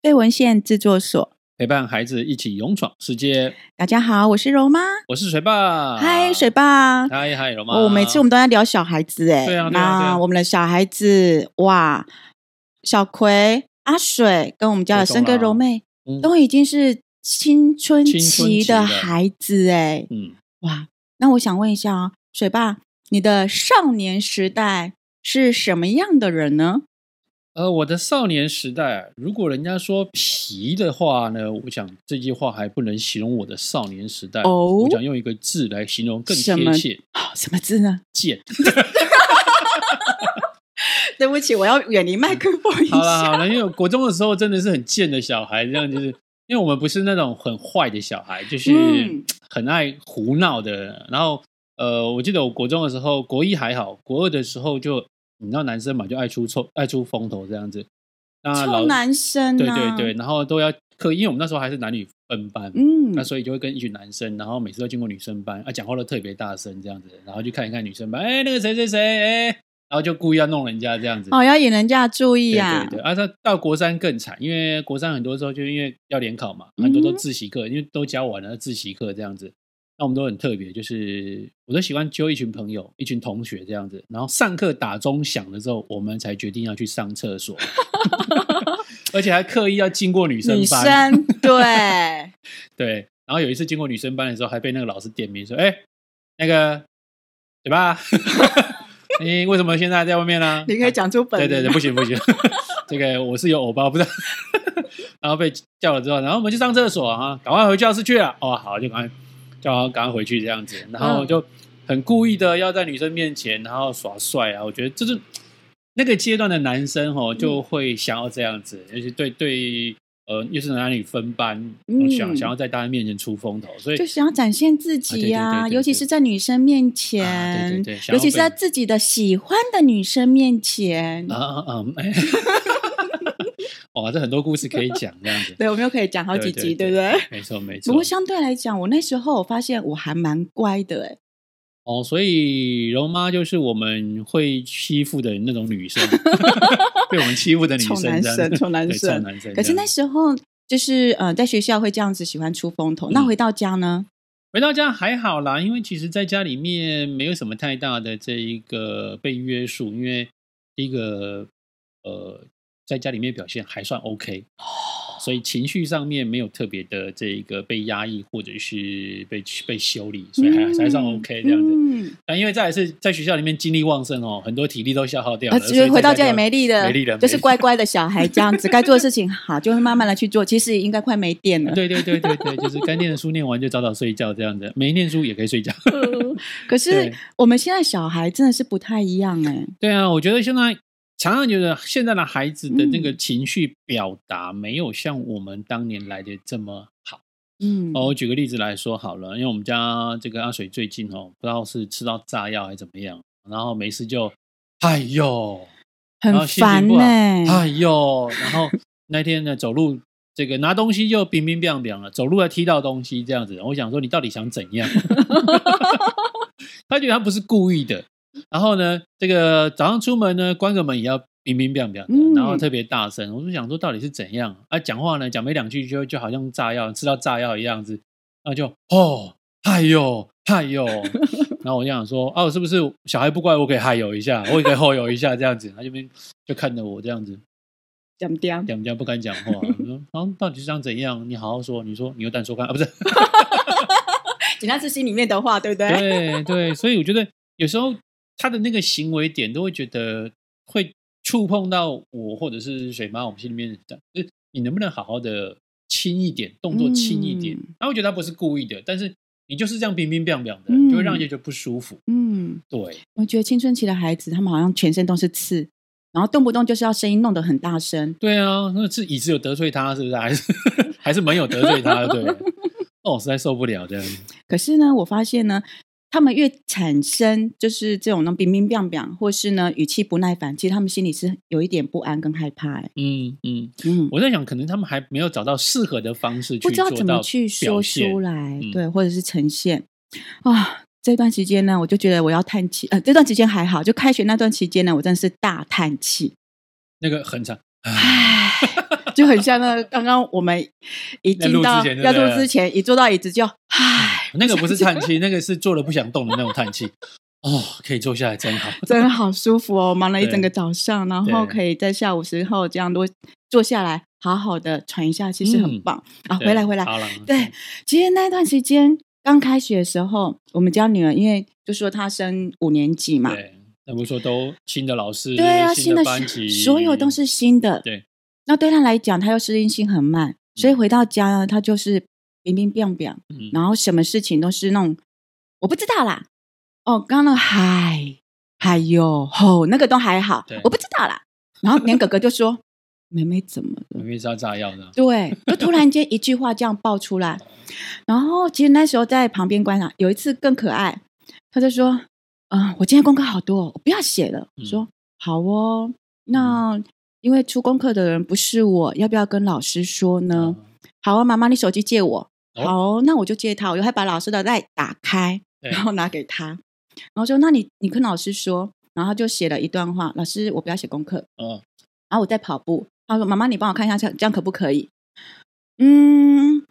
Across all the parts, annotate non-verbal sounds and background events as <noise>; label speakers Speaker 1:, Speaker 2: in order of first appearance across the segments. Speaker 1: 被文献制作所，
Speaker 2: 陪伴孩子一起勇闯世界。
Speaker 1: 大家好，我是柔妈，
Speaker 2: 我是水爸，
Speaker 1: 嗨，水，爸。
Speaker 2: 啊嗨嗨，柔妈。
Speaker 1: 哦，每次我们都在聊小孩子，哎，
Speaker 2: 对啊对啊对
Speaker 1: 那
Speaker 2: 啊
Speaker 1: 我们的小孩子，哇，小葵、阿水跟我们家的
Speaker 2: 国中
Speaker 1: 森哥
Speaker 2: 啦
Speaker 1: 柔妹，
Speaker 2: 嗯
Speaker 1: 都已经是青春
Speaker 2: 青春
Speaker 1: 期
Speaker 2: 期
Speaker 1: 的
Speaker 2: 的
Speaker 1: 孩子，哎，
Speaker 2: 嗯，
Speaker 1: 哇，那我想问一下啊，水爸，你的少年时代是什么样的人呢？
Speaker 2: 呃，我的少年时代，如果人家说皮的话呢，我想这句话还不能形容我的少年时代。
Speaker 1: 哦
Speaker 2: 我想用一个字来形容更
Speaker 1: 什么
Speaker 2: 贴切，
Speaker 1: 啊什么字呢？
Speaker 2: 贱。
Speaker 1: <laughs>
Speaker 2: <laughs>
Speaker 1: 对不起，我要远离麦克风一
Speaker 2: 好了
Speaker 1: 下。
Speaker 2: 好了，因为我国中的时候真的是很贱的小孩，这样就是因为我们不是那种很坏的小孩，就是
Speaker 1: 嗯
Speaker 2: 很爱胡闹的。然后呃，我记得我国中的时候，国一还好，国二的时候就你知道男生嘛，就爱出错，爱出风头这样子。那啊老
Speaker 1: 臭男生、
Speaker 2: 对
Speaker 1: 啊，
Speaker 2: 对对，，然后都要刻意，因为我们那时候还是男女分班，
Speaker 1: 嗯
Speaker 2: 那，所以就会跟一群男生，然后每次都经过女生班，啊，讲话都特别大声这样子，然后就看一看女生班，哎，那个谁谁谁，哎，然后就故意要弄人家这样子。
Speaker 1: 哦，要引人家注意啊，
Speaker 2: 对对对，啊，他到国三更惨，因为国三很多时候就因为要联考嘛，很
Speaker 1: 嗯
Speaker 2: 多都
Speaker 1: 哼
Speaker 2: 自习课，因为都教完了自习课这样子。那我们都很特别，就是我都喜欢揪一群朋友、一群同学这样子，然后上课打钟响了之后，我们才决定要去上厕所， <laughs> 而且还刻意要经过女生
Speaker 1: 女
Speaker 2: 班。
Speaker 1: 生 <laughs> 对，
Speaker 2: 对，然后有一次经过女生班的时候，还被那个老师点名说：“哎、那个嘴 <laughs> 巴，你为什么现在在外面呢、
Speaker 1: 你可以讲出本
Speaker 2: 对
Speaker 1: 名
Speaker 2: 对对，不行不
Speaker 1: <laughs>
Speaker 2: 行，这个我是有偶包，不是。 <laughs> 然后被叫了之后，然后我们去上厕所啊，赶快回教室去了。哦，好，就赶快叫他赶快回去这样子。然后就很故意的要在女生面前，然后耍帅啊。我觉得就是那个阶段的男生
Speaker 1: 嗯
Speaker 2: 哦，就会想要这样子，尤其对对呃，又是男女分班，
Speaker 1: 嗯
Speaker 2: 想想要在大家面前出风头，所以
Speaker 1: 就想要展现自己呀、
Speaker 2: 啊对对对对对
Speaker 1: 尤其是在女生面前，
Speaker 2: 啊对对对想要
Speaker 1: 尤其是
Speaker 2: 被
Speaker 1: 在自己的喜欢的女生面前。
Speaker 2: 啊啊啊，
Speaker 1: <laughs>
Speaker 2: 哎 <laughs> 哇，这很多故事可以讲这样子。
Speaker 1: <laughs> 对，我们又可以讲好几集，对
Speaker 2: 对
Speaker 1: 不对？
Speaker 2: 没错没错。
Speaker 1: 不过相对来讲，我那时候我发现我还蛮乖的，哎，
Speaker 2: 哦，所以柔妈就是我们会欺负的那种女生，
Speaker 1: <laughs>
Speaker 2: 被我们欺负的女
Speaker 1: 臭
Speaker 2: 生这样
Speaker 1: 男
Speaker 2: 子，
Speaker 1: 生，臭男
Speaker 2: 对臭
Speaker 1: 生。
Speaker 2: 男生这样。
Speaker 1: 可是那时候就是呃，在学校会这样子喜欢出风头，那
Speaker 2: 嗯
Speaker 1: 回到家呢？
Speaker 2: 回到家还好啦，因为其实在家里面没有什么太大的这一个被约束，因为第一个呃，在家里面表现还算 OK，所
Speaker 1: 哦
Speaker 2: 以情绪上面没有特别的这一个被压抑或者是被被修理，所以还、还算
Speaker 1: 嗯
Speaker 2: OK 这样子。
Speaker 1: 嗯，
Speaker 2: 啊，因为再来是在学校里面精力旺盛哦，很多体力都消耗掉
Speaker 1: 而
Speaker 2: 了，所
Speaker 1: 且
Speaker 2: 以
Speaker 1: 啊回到
Speaker 2: 在
Speaker 1: 家也
Speaker 2: 就
Speaker 1: 没力了，
Speaker 2: 没力了，
Speaker 1: 就是
Speaker 2: 没力
Speaker 1: 乖乖的小孩这样子，该做的事情好就会慢慢的去做，其实应该快没电了。
Speaker 2: 对对对对对，就是该念的书念完就早早睡觉这样子，没念书也可以睡觉。
Speaker 1: 嗯可是
Speaker 2: 对
Speaker 1: 我们现在小孩真的是不太一样哎、
Speaker 2: 对啊，我觉得现在常常觉得现在的孩子的那
Speaker 1: 嗯
Speaker 2: 个情绪表达没有像我们当年来的这么好。
Speaker 1: 嗯，
Speaker 2: 哦，我举个例子来说好了，因为我们家这个阿水最近哦，不知道是吃到炸药还是怎么样，然后没事就哎呦，然后
Speaker 1: 很
Speaker 2: 心情
Speaker 1: 烦
Speaker 2: 不好
Speaker 1: 哎、
Speaker 2: 哎呦，然后 <laughs> 那天呢，走路这个拿东西就冰冰冰冰了，走路还踢到东西这样子。我想说，你到底想怎样？ <laughs> 他觉得他不是故意的。然后呢，这个早上出门呢，关个门也要冰冰冰冰的，
Speaker 1: 嗯
Speaker 2: 然后特别大声。我就想说，到底是怎样啊？讲话呢，讲没两句就就好像炸药吃到炸药一样子，然后就哦，哎呦，哎呦。然后我就想说，哦、是不是小孩不乖，我可以嗨呦一下，我也可以吼呦一下这样子。他就边就看着我这样子，
Speaker 1: 讲不讲？
Speaker 2: 讲不讲不敢
Speaker 1: <laughs>
Speaker 2: 讲话。我说然后到底是想怎样？你好好说，你说你有胆说看啊？不是，
Speaker 1: 讲他是心里面的话，对 <laughs> 不对？
Speaker 2: 对对，所以我觉得有时候他的那个行为点都会觉得会触碰到我或者是水妈，我们心里面的，就是你能不能好好的轻一点，动作轻一点
Speaker 1: 嗯？
Speaker 2: 他会觉得他不是故意的，但是你就是这样冰冰冰冰的，就会让人家觉得不舒服。
Speaker 1: 嗯，
Speaker 2: 对，
Speaker 1: 我觉得青春期的孩子，他们好像全身都是刺，然后动不动就是要声音弄得很大声。
Speaker 2: 对啊，那是椅子有得罪他，是不是？还是 <laughs> 还是没有得罪他？
Speaker 1: <laughs>
Speaker 2: 对，哦，实在受不了这样。
Speaker 1: 可是呢，我发现呢，他们越产生就是这种那种冰冰冰冰，或是呢语气不耐烦，其实他们心里是有一点不安跟害怕、欸。
Speaker 2: 嗯嗯，
Speaker 1: 嗯，
Speaker 2: 我在想，可能他们还没有找到适合的方式去
Speaker 1: 不知道
Speaker 2: 做
Speaker 1: 怎
Speaker 2: 到
Speaker 1: 么去
Speaker 2: 表
Speaker 1: 说
Speaker 2: 现
Speaker 1: 出来，
Speaker 2: 嗯
Speaker 1: 对，或者是呈现啊。这段时间呢，我就觉得我要叹气。呃，这段时间还好，就开学那段期间呢，我真的是大叹气，
Speaker 2: 那个很长，
Speaker 1: 唉，就很像那个刚刚我们一进
Speaker 2: 要录之
Speaker 1: 到
Speaker 2: 前对
Speaker 1: 要
Speaker 2: 不对嗯
Speaker 1: 录之前，一坐到椅子
Speaker 2: <laughs>
Speaker 1: 就唉，
Speaker 2: 那个不是叹
Speaker 1: <laughs>
Speaker 2: 气，那个是坐了不想动的那种叹气。哦，可以坐下来真好。
Speaker 1: 真好舒服哦，忙了一整个
Speaker 2: 对
Speaker 1: 早上，然后
Speaker 2: 对
Speaker 1: 可以在下午时候这样多坐下来，好好的喘一下气，是很
Speaker 2: 嗯
Speaker 1: 棒、啊！回来
Speaker 2: 对
Speaker 1: 回来，
Speaker 2: 好了，
Speaker 1: 对，其实那段时间刚开学的时候，我们家女儿因为就说她升五年级嘛，
Speaker 2: 对，那不是说都新的老师，
Speaker 1: 对啊，
Speaker 2: 新
Speaker 1: 新的
Speaker 2: 班级，
Speaker 1: 所有都是新的，
Speaker 2: 对。
Speaker 1: 那对她来讲，她又适应性很慢，所以回到家呢，她就是冰冰冰冰，
Speaker 2: 嗯，
Speaker 1: 然后什么事情都是那种我不知道啦，哦，刚刚那个嗨嗨哟吼那个都还好
Speaker 2: 对，
Speaker 1: 我不知道啦。然后连哥哥就说：“妹妹怎么了？”
Speaker 2: 因为是要炸药的，
Speaker 1: 对，就突然间一句话这样爆出来。然后其实那时候在旁边观察，有一次更可爱，他就说：“嗯、我今天功课好多、哦，我不要写了。
Speaker 2: 嗯
Speaker 1: 我说：“好哦，那因为出功课的人不是我，要不要跟老师说呢？”
Speaker 2: 嗯
Speaker 1: 好啊，妈妈，你手机借我。
Speaker 2: 哦
Speaker 1: 好哦、那我就借他，我就还把老师的赖打开，
Speaker 2: 对
Speaker 1: 然后拿给他，然后说：“那你你跟老师说。”然后他就写了一段话：“老师，我不要写功课。”
Speaker 2: 嗯，
Speaker 1: 然后我在跑步，他说：“妈妈，你帮我看一下，这样这样可不可以？”嗯，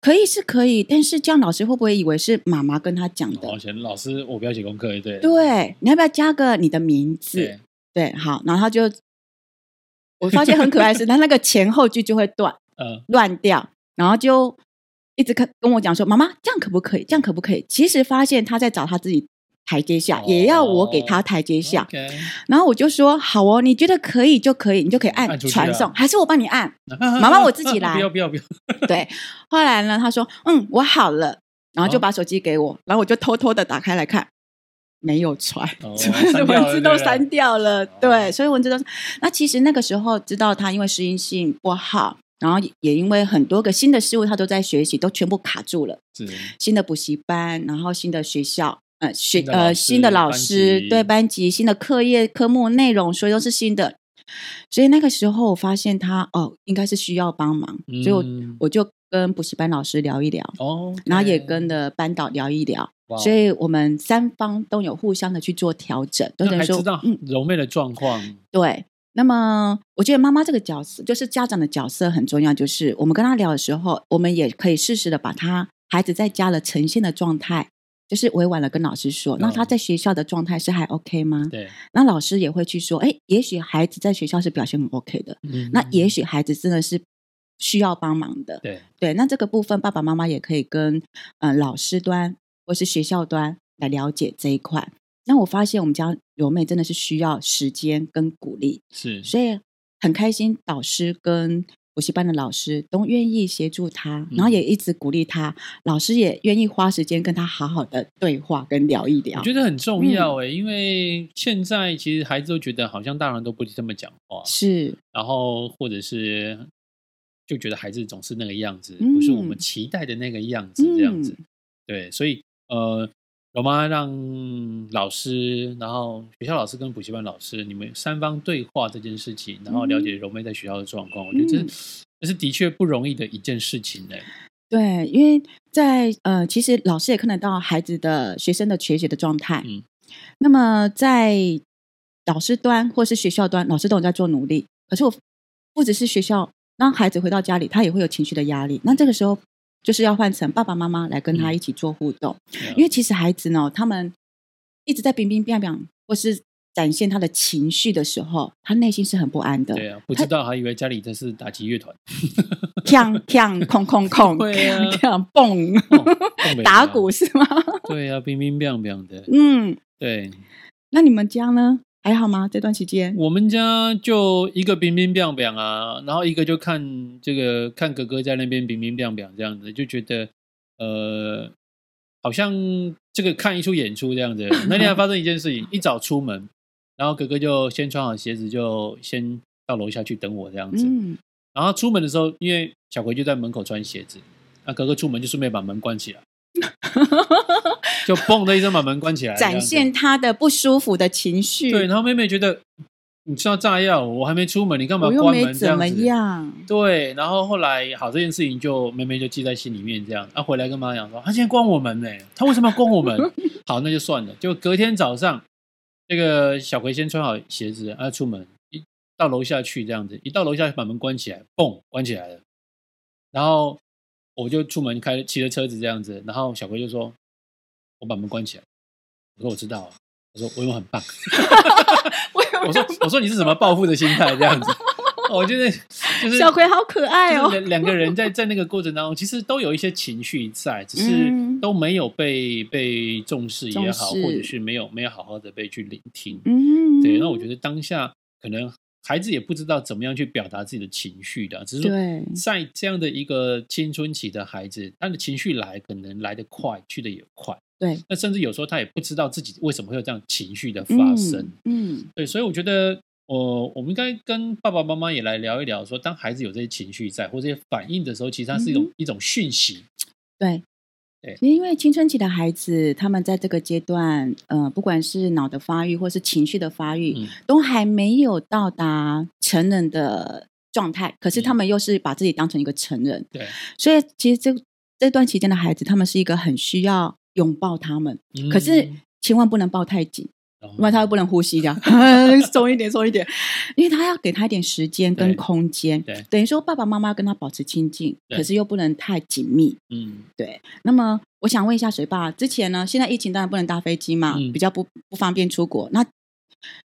Speaker 1: 可以是可以，但是这样老师会不会以为是妈妈跟他讲的？
Speaker 2: 好，前老师我不要写功课，对，
Speaker 1: 对，你要不要加个你的名字？
Speaker 2: 对，
Speaker 1: 对，好，然后他就，我发现很可爱是，他那个前后句就会断
Speaker 2: 嗯，
Speaker 1: 乱掉，然后就一直跟跟我讲说：“妈妈，这样可不可以？这样可不可以？”其实发现他在找他自己台阶下，也要我给他台阶下。
Speaker 2: 哦 OK，
Speaker 1: 然后我就说：“好哦，你觉得可以就可以，你就可以按
Speaker 2: 按出去
Speaker 1: 传
Speaker 2: 啊
Speaker 1: 送，还是我帮你按？”
Speaker 2: 妈
Speaker 1: 妈我自己来
Speaker 2: <laughs> 不要不要不要，
Speaker 1: 对，后来呢，他说：“嗯，我好了。”然后就
Speaker 2: 哦
Speaker 1: 把手机给我，然后我就偷偷的打开来看，没有传， <laughs>
Speaker 2: 哦
Speaker 1: 所有的文字都
Speaker 2: 删掉了对不对
Speaker 1: 删掉了。
Speaker 2: 哦
Speaker 1: 对，所有文字都是。那其实那个时候知道他因为适应性不好，然后也也因为很多个新的事物他都在学习，都全部卡住了。
Speaker 2: 是
Speaker 1: 新的补习班，然后新的学校，呃，学
Speaker 2: 新的
Speaker 1: 呃
Speaker 2: 老
Speaker 1: 新的
Speaker 2: 师
Speaker 1: 老
Speaker 2: 班
Speaker 1: 师，
Speaker 2: 级
Speaker 1: 对班级新的课业科目内容，所以都是新的。所以那个时候我发现他哦，应该是需要帮忙，所以我
Speaker 2: 嗯
Speaker 1: 我就跟补习班老师聊一聊，
Speaker 2: 哦，
Speaker 1: 然后也跟了班导聊一聊，
Speaker 2: 哇哦，
Speaker 1: 所以我们三方都有互相的去做调整，都
Speaker 2: 那
Speaker 1: 等于
Speaker 2: 还
Speaker 1: 说
Speaker 2: 知道，
Speaker 1: 嗯，
Speaker 2: 柔妹的状况，
Speaker 1: 对。那么，我觉得妈妈这个角色，就是家长的角色很重要。就是我们跟他聊的时候，我们也可以适时的把他孩子在家的呈现的状态，就是委婉的跟老师说，那他在学校的状态是还 OK 吗？
Speaker 2: 嗯对，
Speaker 1: 那老师也会去说，哎，也许孩子在学校是表现很 OK
Speaker 2: 嗯
Speaker 1: 的，那也
Speaker 2: 许
Speaker 1: 许孩子真的是需要帮忙的。
Speaker 2: 对，
Speaker 1: 对，那这个部分爸爸妈妈也可以跟呃老师端或是学校端来了解这一块。那我发现我们家柔妹真的是需要时间跟鼓励，
Speaker 2: 是
Speaker 1: 所以很开心导师跟补习班的老师都愿意协助她，然后
Speaker 2: 嗯
Speaker 1: 也一直鼓励她，老师也愿意花时间跟她好好的对话跟聊一聊
Speaker 2: 我。觉得很重
Speaker 1: 嗯
Speaker 2: 要诶、因为现在其实孩子都觉得好像大人都不这么讲话，
Speaker 1: 是，
Speaker 2: 然后或者是就觉得孩子总是那个样子，
Speaker 1: 嗯
Speaker 2: 不是我们期待的那个样子，这样子。对，所以呃，我妈让老师，然后学校老师跟补习班老师，你们三方对话这件事情，然后了解柔妹在学校的状况，我觉得这
Speaker 1: 嗯
Speaker 2: 这是的确不容易的一件事情欸呢、
Speaker 1: 对，因为在呃，其实老师也看得到孩子的学生的学习的状态。
Speaker 2: 嗯，
Speaker 1: 那么在老师端或是学校端，老师都有在做努力。可是我不只是学校，让孩子回到家里，他也会有情绪的压力。那这个时候就是要换成爸爸妈妈来跟他
Speaker 2: 嗯
Speaker 1: 一起做互动，
Speaker 2: 对啊
Speaker 1: 因为其实孩子呢，他们一直在冰冰冰冰或是展现他的情绪的时候，他内心是很不安的，
Speaker 2: 对啊，不知道还以为家里这是打击
Speaker 1: <laughs>
Speaker 2: 乐团，
Speaker 1: 锵锵空空空，
Speaker 2: 对
Speaker 1: <laughs>
Speaker 2: 啊
Speaker 1: 锵锵蹦，
Speaker 2: 哦更
Speaker 1: <laughs>
Speaker 2: 没
Speaker 1: 打
Speaker 2: 有
Speaker 1: 鼓是吗？
Speaker 2: <laughs> 对啊，冰冰冰冰的。
Speaker 1: 嗯，
Speaker 2: 对
Speaker 1: 那你们家呢？还好吗？这段期间，
Speaker 2: 我们家就一个冰冰冰冰啊，然后一个就看这个看哥哥在那边冰冰冰冰这样子，就觉得呃，好像这个看一出演出这样子。那天还发生一件事情，一早出门，然后哥哥就先穿好鞋子，就先到楼下去等我这样子。
Speaker 1: 嗯，
Speaker 2: 然后出门的时候，因为小葵就在门口穿鞋子，那哥哥出门就顺便把门关起
Speaker 1: <laughs>
Speaker 2: 来，就嘣的一声把门关起来，这样
Speaker 1: 展
Speaker 2: 子
Speaker 1: 现他的不舒服的情绪。
Speaker 2: 对，然后妹妹觉得你吃到炸药，我还没出门，你干嘛
Speaker 1: 我又
Speaker 2: 关
Speaker 1: 没
Speaker 2: 门这
Speaker 1: 怎
Speaker 2: 样
Speaker 1: 么
Speaker 2: 子？
Speaker 1: 样，
Speaker 2: 对，然后后来好这件事情就妹妹就记在心里面，这样，啊回来跟妈讲说，他现在关我们呢、他为什么要关
Speaker 1: <laughs>
Speaker 2: 我们？好，那就算了。就隔天早上，那个小葵先穿好鞋子，啊出门，一到楼下去这样子，一到楼下把门关起来，嘣，关起来了。然后我就出门开骑着车子这样子，然后小葵就说，我把门关起来。我说我知道啊，我说我有很棒。
Speaker 1: <laughs> 我有
Speaker 2: 我说我说你是什么报复的心态这样子？我觉得就是
Speaker 1: 小葵好可爱哦
Speaker 2: 就是两两个人在在那个过程当中，其实都有一些情绪在，只是
Speaker 1: 嗯
Speaker 2: 都没有被被重视也好，
Speaker 1: 重视
Speaker 2: 或者是没有没有好好的被去聆听。
Speaker 1: 嗯，
Speaker 2: 对，那我觉得当下可能孩子也不知道怎么样去表达自己的情绪的，啊只是说
Speaker 1: 对
Speaker 2: 在这样的一个青春期的孩子，他的情绪来可能来得快，去得也快。
Speaker 1: 对，
Speaker 2: 那甚至有时候他也不知道自己为什么会有这样情绪的发生。
Speaker 1: 嗯，嗯，
Speaker 2: 对，所以我觉得，我、我们应该跟爸爸妈妈也来聊一聊说，当孩子有这些情绪在或这些反应的时候，其实它是一种、
Speaker 1: 嗯
Speaker 2: 一种讯息。
Speaker 1: 对。
Speaker 2: 对
Speaker 1: 其实因为青春期的孩子，他们在这个阶段，呃，不管是脑的发育或是情绪的发育，
Speaker 2: 嗯
Speaker 1: 都还没有到达成人的状态。可是他们又是把自己当成一个成人，
Speaker 2: 嗯对，
Speaker 1: 所以其实这这段期间的孩子，他们是一个很需要拥抱他们，可是
Speaker 2: 嗯，
Speaker 1: 千万不能抱太紧，
Speaker 2: 然后
Speaker 1: 不然嗯他会不能呼吸，这样
Speaker 2: <laughs>
Speaker 1: <laughs> 松一点，松一点，因为他要给他一点时间
Speaker 2: 对
Speaker 1: 跟空间
Speaker 2: 对，
Speaker 1: 等于说爸爸妈妈跟他保持亲近，
Speaker 2: 对
Speaker 1: 可是又不能太紧密。
Speaker 2: 嗯，
Speaker 1: 那么我想问一下水爸，之前呢，现在疫情当然不能搭飞机嘛，
Speaker 2: 嗯
Speaker 1: 比较不不方便出国。那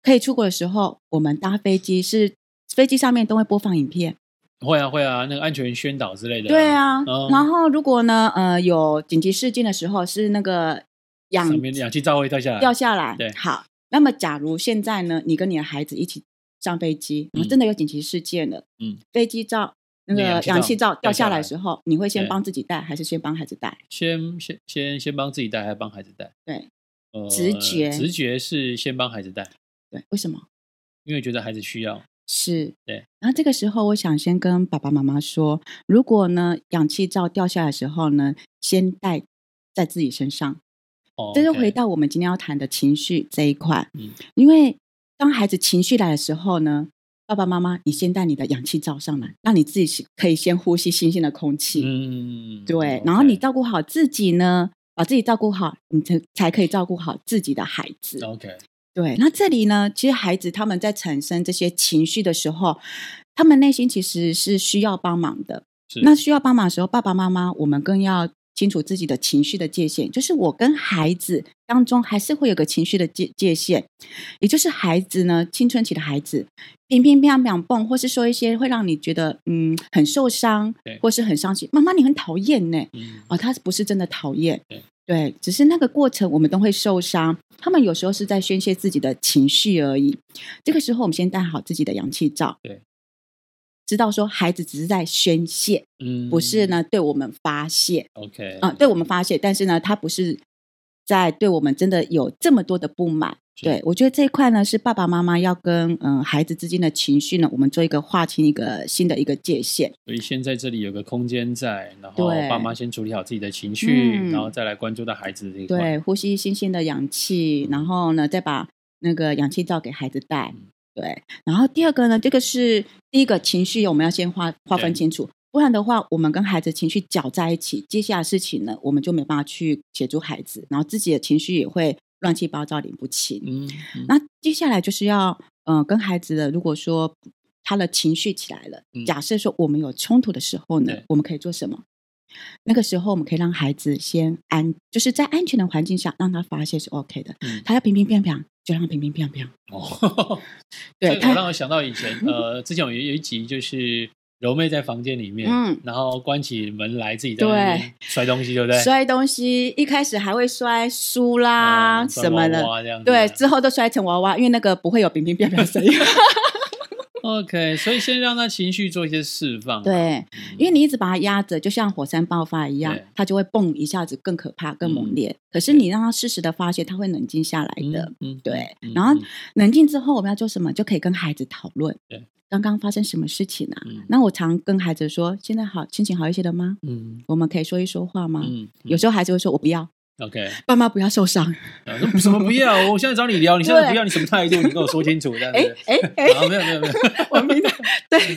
Speaker 1: 可以出国的时候，我们搭飞机是飞机上面都会播放影片，
Speaker 2: 会啊会啊，那个安全宣导之类的。
Speaker 1: 对，啊。
Speaker 2: 哦
Speaker 1: 然后如果呢，呃，有紧急事件的时候，是那个氧
Speaker 2: 上面氧气罩会掉下来。
Speaker 1: 掉下来。
Speaker 2: 对
Speaker 1: 好，那么假如现在呢，你跟你的孩子一起上飞机，
Speaker 2: 嗯
Speaker 1: 然后真的有紧急事件了，
Speaker 2: 嗯，
Speaker 1: 飞机罩。那
Speaker 2: 那
Speaker 1: 个
Speaker 2: 个氧
Speaker 1: 氧
Speaker 2: 气
Speaker 1: 气
Speaker 2: 罩
Speaker 1: 罩掉
Speaker 2: 掉下
Speaker 1: 下来
Speaker 2: 来
Speaker 1: 的时候，你会先
Speaker 2: 对
Speaker 1: 帮自己戴，还是先帮孩子戴？
Speaker 2: 先先先先帮自己带，还是帮孩子带？
Speaker 1: 对，
Speaker 2: 呃，
Speaker 1: 直觉
Speaker 2: 直觉是先帮孩子带，
Speaker 1: 对，为什么？
Speaker 2: 因为觉得孩子需要。
Speaker 1: 是，
Speaker 2: 对。
Speaker 1: 然后这个时候，我想先跟爸爸妈妈说，如果呢氧气罩掉下来的时候呢，先戴在自己身上。
Speaker 2: 哦，
Speaker 1: 这就
Speaker 2: OK
Speaker 1: 回到我们今天要谈的情绪这一块。
Speaker 2: 嗯
Speaker 1: 因为当孩子情绪来的时候呢，爸爸妈妈，你先戴你的氧气罩上来，让你自己是可以先呼吸新鲜的空气。
Speaker 2: 嗯，
Speaker 1: 对
Speaker 2: OK，
Speaker 1: 然后你照顾好自己呢，把自己照顾好，你才才可以照顾好自己的孩子。
Speaker 2: OK，
Speaker 1: 对，那这里呢，其实孩子他们在产生这些情绪的时候，他们内心其实是需要帮忙的。
Speaker 2: 是
Speaker 1: 那需要帮忙的时候，爸爸妈妈我们更要清楚自己的情绪的界限，就是我跟孩子当中还是会有个情绪的界界限，也就是孩子呢，青春期的孩子，乒乒乓乓蹦，或是说一些会让你觉得嗯很受伤
Speaker 2: 对，
Speaker 1: 或是很伤心，妈妈你很讨厌呢、
Speaker 2: 嗯
Speaker 1: 哦，他不是真的讨厌
Speaker 2: 对，
Speaker 1: 对，只是那个过程我们都会受伤。他们有时候是在宣泄自己的情绪而已。这个时候，我们先戴好自己的氧气罩，
Speaker 2: 对，
Speaker 1: 知道说孩子只是在宣泄，
Speaker 2: 嗯，
Speaker 1: 呃不是呢对我们发泄
Speaker 2: ？OK，
Speaker 1: 啊、对我们发泄，但是呢，他不是在对我们真的有这么多的不满。
Speaker 2: 是
Speaker 1: 对，我觉得这一块呢，是爸爸妈妈要跟嗯、呃孩子之间的情绪呢，我们做一个划清一个新的一个界限。
Speaker 2: 所以先在这里有个空间在，然后
Speaker 1: 对
Speaker 2: 爸妈先处理好自己的情绪，
Speaker 1: 嗯
Speaker 2: 然后再来关注到孩子这一块。
Speaker 1: 对，呼吸新鲜的氧气，然后呢，再把那个氧气罩给孩子戴
Speaker 2: 嗯。
Speaker 1: 对，然后第二个呢，这个是第一个情绪，我们要先划划分
Speaker 2: 对
Speaker 1: 清楚，不然的话，我们跟孩子情绪搅在一起，接下来事情呢，我们就没办法去协助孩子，然后自己的情绪也会乱七八糟，理不清。
Speaker 2: 嗯，嗯，
Speaker 1: 那接下来就是要，呃，跟孩子的，如果说他的情绪起来了，
Speaker 2: 嗯
Speaker 1: 假设说我们有冲突的时候呢
Speaker 2: 对，
Speaker 1: 我们可以做什么？那个时候我们可以让孩子先安，就是在安全的环境下让他发泄是 OK 的。
Speaker 2: 嗯
Speaker 1: 他要平平平平，就让他平平平平。
Speaker 2: 哦，
Speaker 1: 对
Speaker 2: 这个我让
Speaker 1: 他，
Speaker 2: 我想到以前，呃，之前有有一集就是柔妹在房间里面，
Speaker 1: 嗯
Speaker 2: 然后关起门来自己在那边摔东西，对不对？
Speaker 1: 摔东西，一开始还会摔书啦、
Speaker 2: 嗯
Speaker 1: 啊
Speaker 2: 摔
Speaker 1: 什么
Speaker 2: 娃
Speaker 1: 的，
Speaker 2: 娃这样子
Speaker 1: 对，之后都摔成娃娃，因为那个不会有平平平平声
Speaker 2: <laughs>
Speaker 1: 音。
Speaker 2: OK，所以先让他情绪做一些释放。
Speaker 1: 对，
Speaker 2: 嗯，
Speaker 1: 因为你一直把它压着，就像火山爆发一样
Speaker 2: 对，嗯
Speaker 1: 它就会蹦一下子更可怕、更猛烈。可是
Speaker 2: 对
Speaker 1: 你让它适时的发泄，它会冷静下来的。
Speaker 2: 嗯，嗯
Speaker 1: 对
Speaker 2: 嗯
Speaker 1: 然后
Speaker 2: 嗯
Speaker 1: 冷静之后，我们要做什么，就可以跟孩子讨论
Speaker 2: 对。
Speaker 1: 刚刚发生什么事情啊？
Speaker 2: 嗯
Speaker 1: 那我常跟孩子说：“现在好，心情好一些了吗？
Speaker 2: 嗯
Speaker 1: 我们可以说一说话吗？”
Speaker 2: 嗯，
Speaker 1: 有时候孩子会说：“我不要。”
Speaker 2: OK，
Speaker 1: 爸妈不要受伤。
Speaker 2: 啊那什么不要？我现在找你聊，你现在不要，你什么态度？你跟我说清楚，这样
Speaker 1: 哎
Speaker 2: 子。
Speaker 1: 哎哎，
Speaker 2: 啊，没有没有没
Speaker 1: <laughs>
Speaker 2: 有，
Speaker 1: 我明白。对，
Speaker 2: <laughs>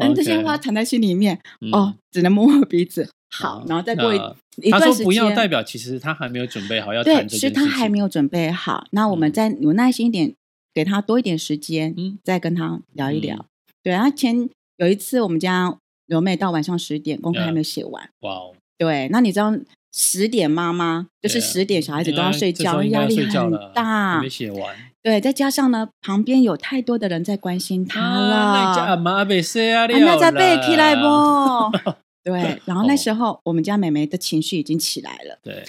Speaker 1: 嗯，这
Speaker 2: OK
Speaker 1: 些话藏在心里面，
Speaker 2: 嗯
Speaker 1: 哦，，只能摸摸鼻子。好
Speaker 2: 好，
Speaker 1: 然后再过一
Speaker 2: 那
Speaker 1: 一
Speaker 2: 他
Speaker 1: 段
Speaker 2: 说
Speaker 1: 时
Speaker 2: 不要，代
Speaker 1: 间，
Speaker 2: 表其实他还没有准备好要谈
Speaker 1: 对，
Speaker 2: 这
Speaker 1: 是
Speaker 2: 件事
Speaker 1: 他
Speaker 2: 情。
Speaker 1: 还没有准备好。那我们
Speaker 2: 嗯
Speaker 1: 再有耐心一点，给他多一点时间，
Speaker 2: 嗯
Speaker 1: 再跟他聊一聊。
Speaker 2: 嗯
Speaker 1: 对，然后前有一次我们家柔妹到晚上十点，功课还没有写完。
Speaker 2: 哇哦，
Speaker 1: 对，那你知道十点妈妈就是
Speaker 2: 对啊
Speaker 1: 十点小孩子都要
Speaker 2: 应该
Speaker 1: 睡
Speaker 2: 这时候
Speaker 1: 觉，
Speaker 2: 应该
Speaker 1: 压
Speaker 2: 要
Speaker 1: 力
Speaker 2: 睡觉
Speaker 1: 很
Speaker 2: 了还
Speaker 1: 大
Speaker 2: 没。写完。
Speaker 1: 对，再加上呢，旁边有太多的人在关心他了，
Speaker 2: 啊那家阿妈阿伯谁啊？
Speaker 1: 那在背
Speaker 2: 背
Speaker 1: 起来不？
Speaker 2: <laughs>
Speaker 1: 对，然后
Speaker 2: 哦
Speaker 1: 那时候我们家妹妹的情绪已经起来了，
Speaker 2: 对，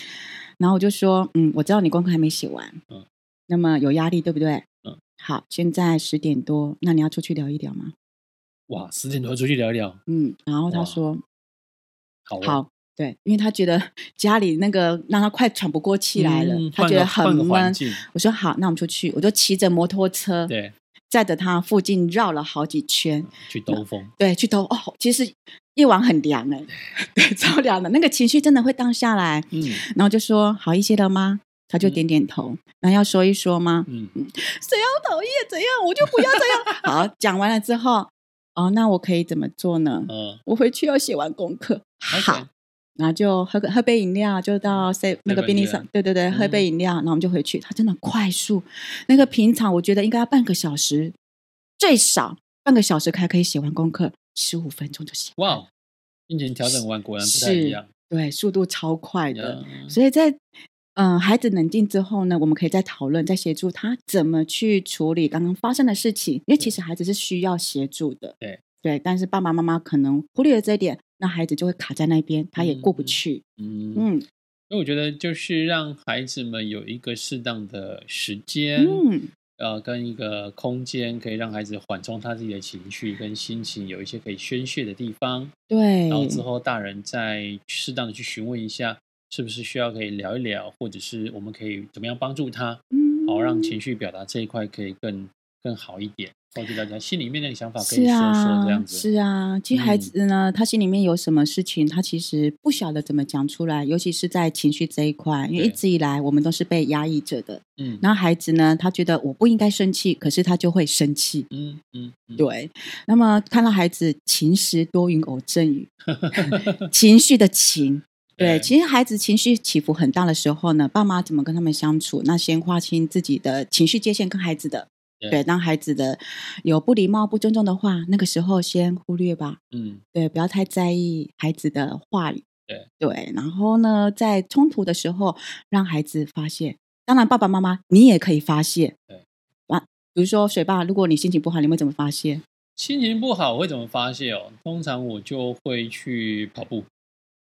Speaker 1: 然后我就说，嗯，我知道你功课还没写完，
Speaker 2: 嗯
Speaker 1: 那么有压力对不对？
Speaker 2: 嗯，
Speaker 1: 好，现在十点多，那你要出去聊一聊吗？
Speaker 2: 哇，十点多出去聊一聊，
Speaker 1: 嗯，然后她
Speaker 2: 哇
Speaker 1: 说
Speaker 2: 好哦，
Speaker 1: 好，对，因为她觉得 <laughs> 家里那个让她快喘不过气来了
Speaker 2: 嗯，
Speaker 1: 她
Speaker 2: 换
Speaker 1: 觉
Speaker 2: 个
Speaker 1: 得
Speaker 2: 换
Speaker 1: 很
Speaker 2: 个环
Speaker 1: 闷。嗯
Speaker 2: 境
Speaker 1: 我说好，那我们出去，我就骑着摩托车，
Speaker 2: 对，嗯
Speaker 1: 载着她附近绕了好几圈，
Speaker 2: 去兜风，
Speaker 1: 对，去偷哦，其实夜晚很凉
Speaker 2: <laughs>
Speaker 1: 哎、对，超凉的，那个情绪真的会荡下来。
Speaker 2: 嗯
Speaker 1: 然后就说好一些了吗？他就
Speaker 2: 嗯
Speaker 1: 点点头。那、要说一说吗？
Speaker 2: 嗯，
Speaker 1: 谁要讨厌怎样，我就不要这
Speaker 2: <laughs>
Speaker 1: 样。好，讲完了之后，哦，那我可以怎么做呢？
Speaker 2: 呃，
Speaker 1: 我回去要写完功课。嗯好
Speaker 2: OK，嗯
Speaker 1: 然后就喝个喝杯饮料，就到 C 那个
Speaker 2: 杯
Speaker 1: 便利
Speaker 2: 饮料
Speaker 1: 上，对对对，喝
Speaker 2: 嗯
Speaker 1: 杯饮料，然后我们就回去。他真的很快速，那个平常我觉得应该要半个小时，最少半个小时才可以写完功课，十五分钟就写。
Speaker 2: 哇哦，心情调整完果然不太一样，
Speaker 1: 对，速度超快的。
Speaker 2: 呀
Speaker 1: 所以在嗯、呃孩子冷静之后呢，我们可以再讨论，再协助他怎么去处理刚刚发生的事情，因为其实孩子是需要协助的。
Speaker 2: 对
Speaker 1: 对，但是爸爸妈妈可能忽略了这一点，那孩子就会卡在那边，他也过不去。
Speaker 2: 嗯，
Speaker 1: 嗯
Speaker 2: 所以我觉得就是让孩子们有一个适当的时间，
Speaker 1: 嗯
Speaker 2: 呃，跟一个空间，可以让孩子缓冲他自己的情绪跟心情，有一些可以宣泄的地方。
Speaker 1: 对
Speaker 2: 然后之后大人再适当的去询问一下，是不是需要可以聊一聊，或者是我们可以怎么样帮助他，
Speaker 1: 嗯
Speaker 2: 好让情绪表达这一块可以更更好一点，或者大家心里面那个想法可以
Speaker 1: 是
Speaker 2: 说说
Speaker 1: 啊
Speaker 2: 这样，子。嗯
Speaker 1: 是啊，其实孩子呢，他心里面有什么事情，他其实不晓得怎么讲出来，尤其是在情绪这一块，因为一
Speaker 2: 对
Speaker 1: 直以来我们都是被压抑着的。
Speaker 2: 嗯
Speaker 1: 然后孩子呢，他觉得我不应该生气，可是他就会生气。
Speaker 2: 嗯嗯，嗯，
Speaker 1: 对，那么看到孩子晴时多云偶阵雨，情绪的情。对，其实孩子情绪起伏很大的时候呢，爸妈怎么跟他们相处？那先划清自己的情绪界限跟孩子的，
Speaker 2: 对
Speaker 1: 对，让孩子的有不礼貌、不尊重的话，那个时候先忽略吧。
Speaker 2: 嗯
Speaker 1: 对，不要太在意孩子的话语。
Speaker 2: 对
Speaker 1: 然后呢，在冲突的时候让孩子发泄。当然，爸爸妈妈你也可以发泄。
Speaker 2: 对，
Speaker 1: 啊，比如说水爸，如果你心情不好，你会怎么发泄？
Speaker 2: 心情不好我会怎么发泄哦？通常我就会去跑步，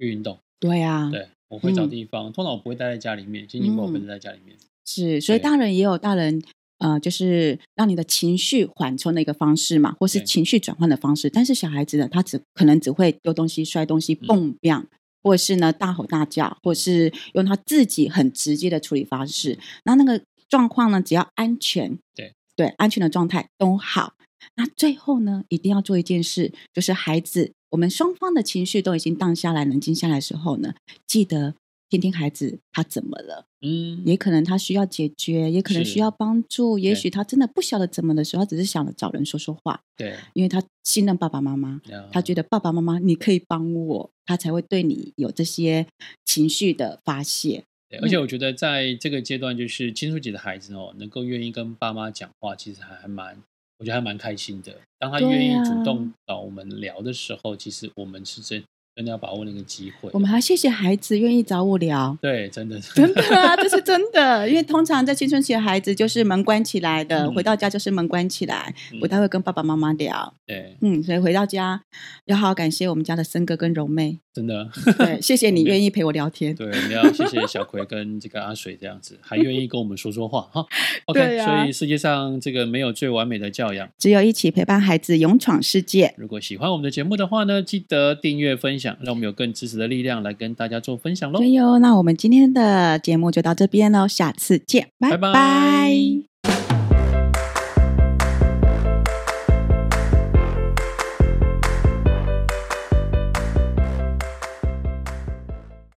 Speaker 2: 去运动。
Speaker 1: 对啊，
Speaker 2: 对，我会找
Speaker 1: 嗯
Speaker 2: 地方，通常我不会待在家里面，心情不好不会待在家里面。
Speaker 1: 是，所以
Speaker 2: 对
Speaker 1: 大人也有大人。呃，就是让你的情绪缓冲的一个方式嘛，或是
Speaker 2: 对
Speaker 1: 情绪转换的方式。但是小孩子呢，他只可能只会丢东西、摔东西、
Speaker 2: 嗯
Speaker 1: 蹦蹦，或者是呢大吼大叫，或者是用他自己很直接的处理方式。那那个状况呢，只要安全，
Speaker 2: 对
Speaker 1: 对，安全的状态都好。那最后呢，一定要做一件事，就是孩子，我们双方的情绪都已经荡下来、冷静下来的时候呢，记得听听孩子他怎么了。
Speaker 2: 嗯，
Speaker 1: 也可能他需要解决，也可能
Speaker 2: 是
Speaker 1: 需要帮助，也
Speaker 2: 对
Speaker 1: 许他真的不晓得怎么的时候，他只是想着找人说说话，
Speaker 2: 对，
Speaker 1: 因为他信任爸爸妈妈，他觉
Speaker 2: 得
Speaker 1: 得爸爸妈妈你可以帮我，他才会对你有这些情绪的发泄。嗯
Speaker 2: 而且我觉得在这个阶段，就是青春期的孩子哦，能够愿意跟爸妈讲话，其实还还蛮，我觉得还蛮开心的。当他
Speaker 1: 对
Speaker 2: 愿意主
Speaker 1: 啊
Speaker 2: 动找我们聊的时候，其实我们是真真的要把握那个机会。。
Speaker 1: 我们还谢谢孩子愿意找我聊
Speaker 2: <laughs> 对，真的是
Speaker 1: 真的啊，这是真的，因为通常在青春期的孩子就是门关起来的，
Speaker 2: 嗯
Speaker 1: 回到家就是门关起来，
Speaker 2: 嗯
Speaker 1: 不太会跟爸爸妈妈聊。
Speaker 2: 对，
Speaker 1: 嗯，所以回到家要好好感谢我们家的森哥跟柔妹，
Speaker 2: 真的 <laughs>
Speaker 1: 对，谢谢你
Speaker 2: 我们
Speaker 1: 愿意陪我聊天。
Speaker 2: 对，我们要谢谢小葵跟这个阿水这样子，还愿意跟我们说说话哈。OK，、
Speaker 1: 对啊
Speaker 2: 所以世界上这个没有最完美的教养。
Speaker 1: 只有一起陪伴孩子勇闯世界。
Speaker 2: 如果喜欢我们的节目的话呢，记得订阅分享，让我们有更支持的力量来跟大家做分享喽。
Speaker 1: 对哟，那我们今天的节目就到这边喽，下次见，
Speaker 2: 拜
Speaker 1: 拜
Speaker 2: 拜
Speaker 1: 拜